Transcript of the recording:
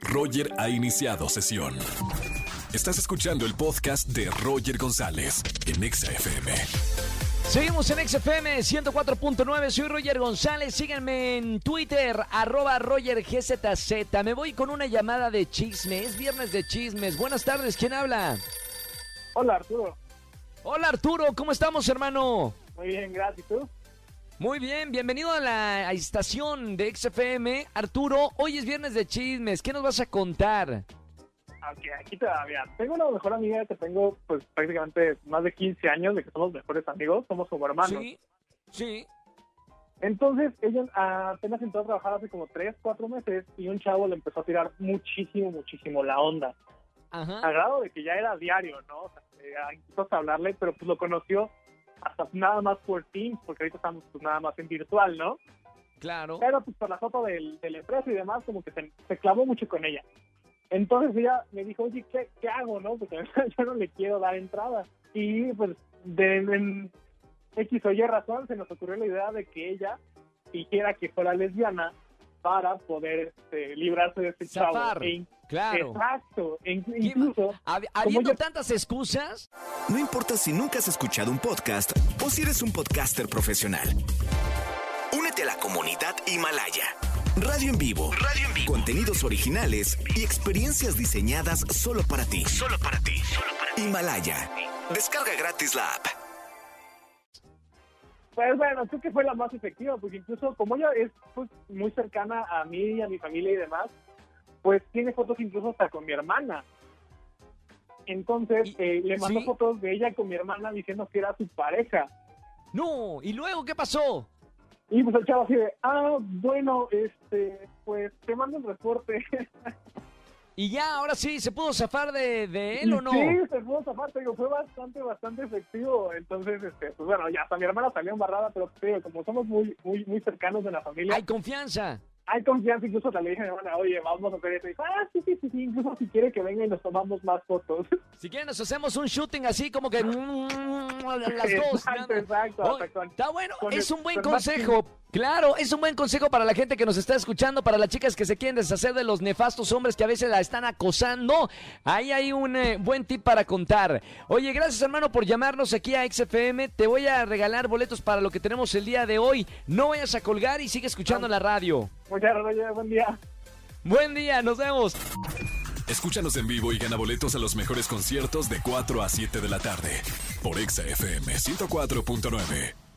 Roger ha iniciado sesión. Estás escuchando el podcast de Roger González en Exa FM. Seguimos en XFM 104.9, soy Roger González, síganme en Twitter, arroba RogerGZZ. Me voy con una llamada de chisme, es viernes de chismes. Buenas tardes, ¿quién habla? Hola Arturo, Hola Arturo, ¿cómo estamos hermano? muy bien, gracias. ¿Y tú? Muy bien, bienvenido a la estación de XFM. Arturo, hoy es viernes de chismes, ¿qué nos vas a contar? Aunque aquí te va bien. Tengo una mejor amiga que tengo pues prácticamente más de 15 años de que somos mejores amigos, somos como hermanos. Sí, sí. Entonces ella ah, apenas entró a trabajar hace como 3, 4 meses y un chavo le empezó a tirar muchísimo, muchísimo la onda. A Ajá. grado de que ya era diario, ¿no? O sea, eh, incluso hasta hablarle, pero pues lo conoció hasta nada más por Teams, porque ahorita estamos pues nada más en virtual, ¿no? Claro. Pero pues por la foto del, de la empresa y demás, como que se, se clavó mucho con ella. Entonces ella me dijo, oye, ¿qué, qué hago, no? Porque yo no le quiero dar entrada. Y pues de en X o Y razón se nos ocurrió la idea de que ella quisiera que fuera lesbiana para poder este, librarse de este Zafar, chavo. E in- claro. Exacto. E in- ¿Qué incluso... Hab- Habiendo yo- tantas excusas, No importa si nunca has escuchado un podcast o si eres un podcaster profesional. Únete a la comunidad Himalaya. Radio en vivo. Radio en vivo. Contenidos originales y experiencias diseñadas solo para ti. Solo para ti. Solo para ti. Himalaya. Descarga gratis la app. Pues bueno, creo que fue la más efectiva, porque incluso como ella es pues, muy cercana a mí, a mi familia y demás, pues tiene fotos incluso hasta con mi hermana. Entonces Y- eh, le mandó sí. fotos de ella con mi hermana diciendo que era su pareja. no. ¿Y luego qué pasó? Y pues el chavo así de, ah, bueno, este, pues te mando un reporte. Y ya, ahora sí, ¿se pudo zafar de, de él o no? Sí, se pudo zafar, te digo, fue bastante, bastante efectivo. Entonces, este, pues bueno, ya hasta mi hermana salió embarrada, pero te digo, como somos muy, muy, muy cercanos de la familia. Hay confianza. hay confianza, incluso hasta le dije a mi hermana, oye, vamos a hacer eso. Y dijo, ah, sí, sí, sí, sí, incluso si quiere que venga y nos tomamos más fotos. Si quieren, nos hacemos un shooting así como que. mm, Las dos. Exacto, nada. exacto, Oh, hasta con- Está bueno, con es el- un buen con más- consejo. Claro, es un buen consejo para la gente que nos está escuchando, para las chicas que se quieren deshacer de los nefastos hombres que a veces la están acosando. Ahí hay un eh, buen tip para contar. Oye, gracias hermano por llamarnos aquí a XFM. Te voy a regalar boletos para lo que tenemos el día de hoy. No vayas a colgar y sigue escuchando la radio. Muchas gracias, buen día. Buen día, nos vemos. Escúchanos en vivo y gana boletos a los mejores conciertos de 4 a 7 de la tarde por Exa FM 104.9.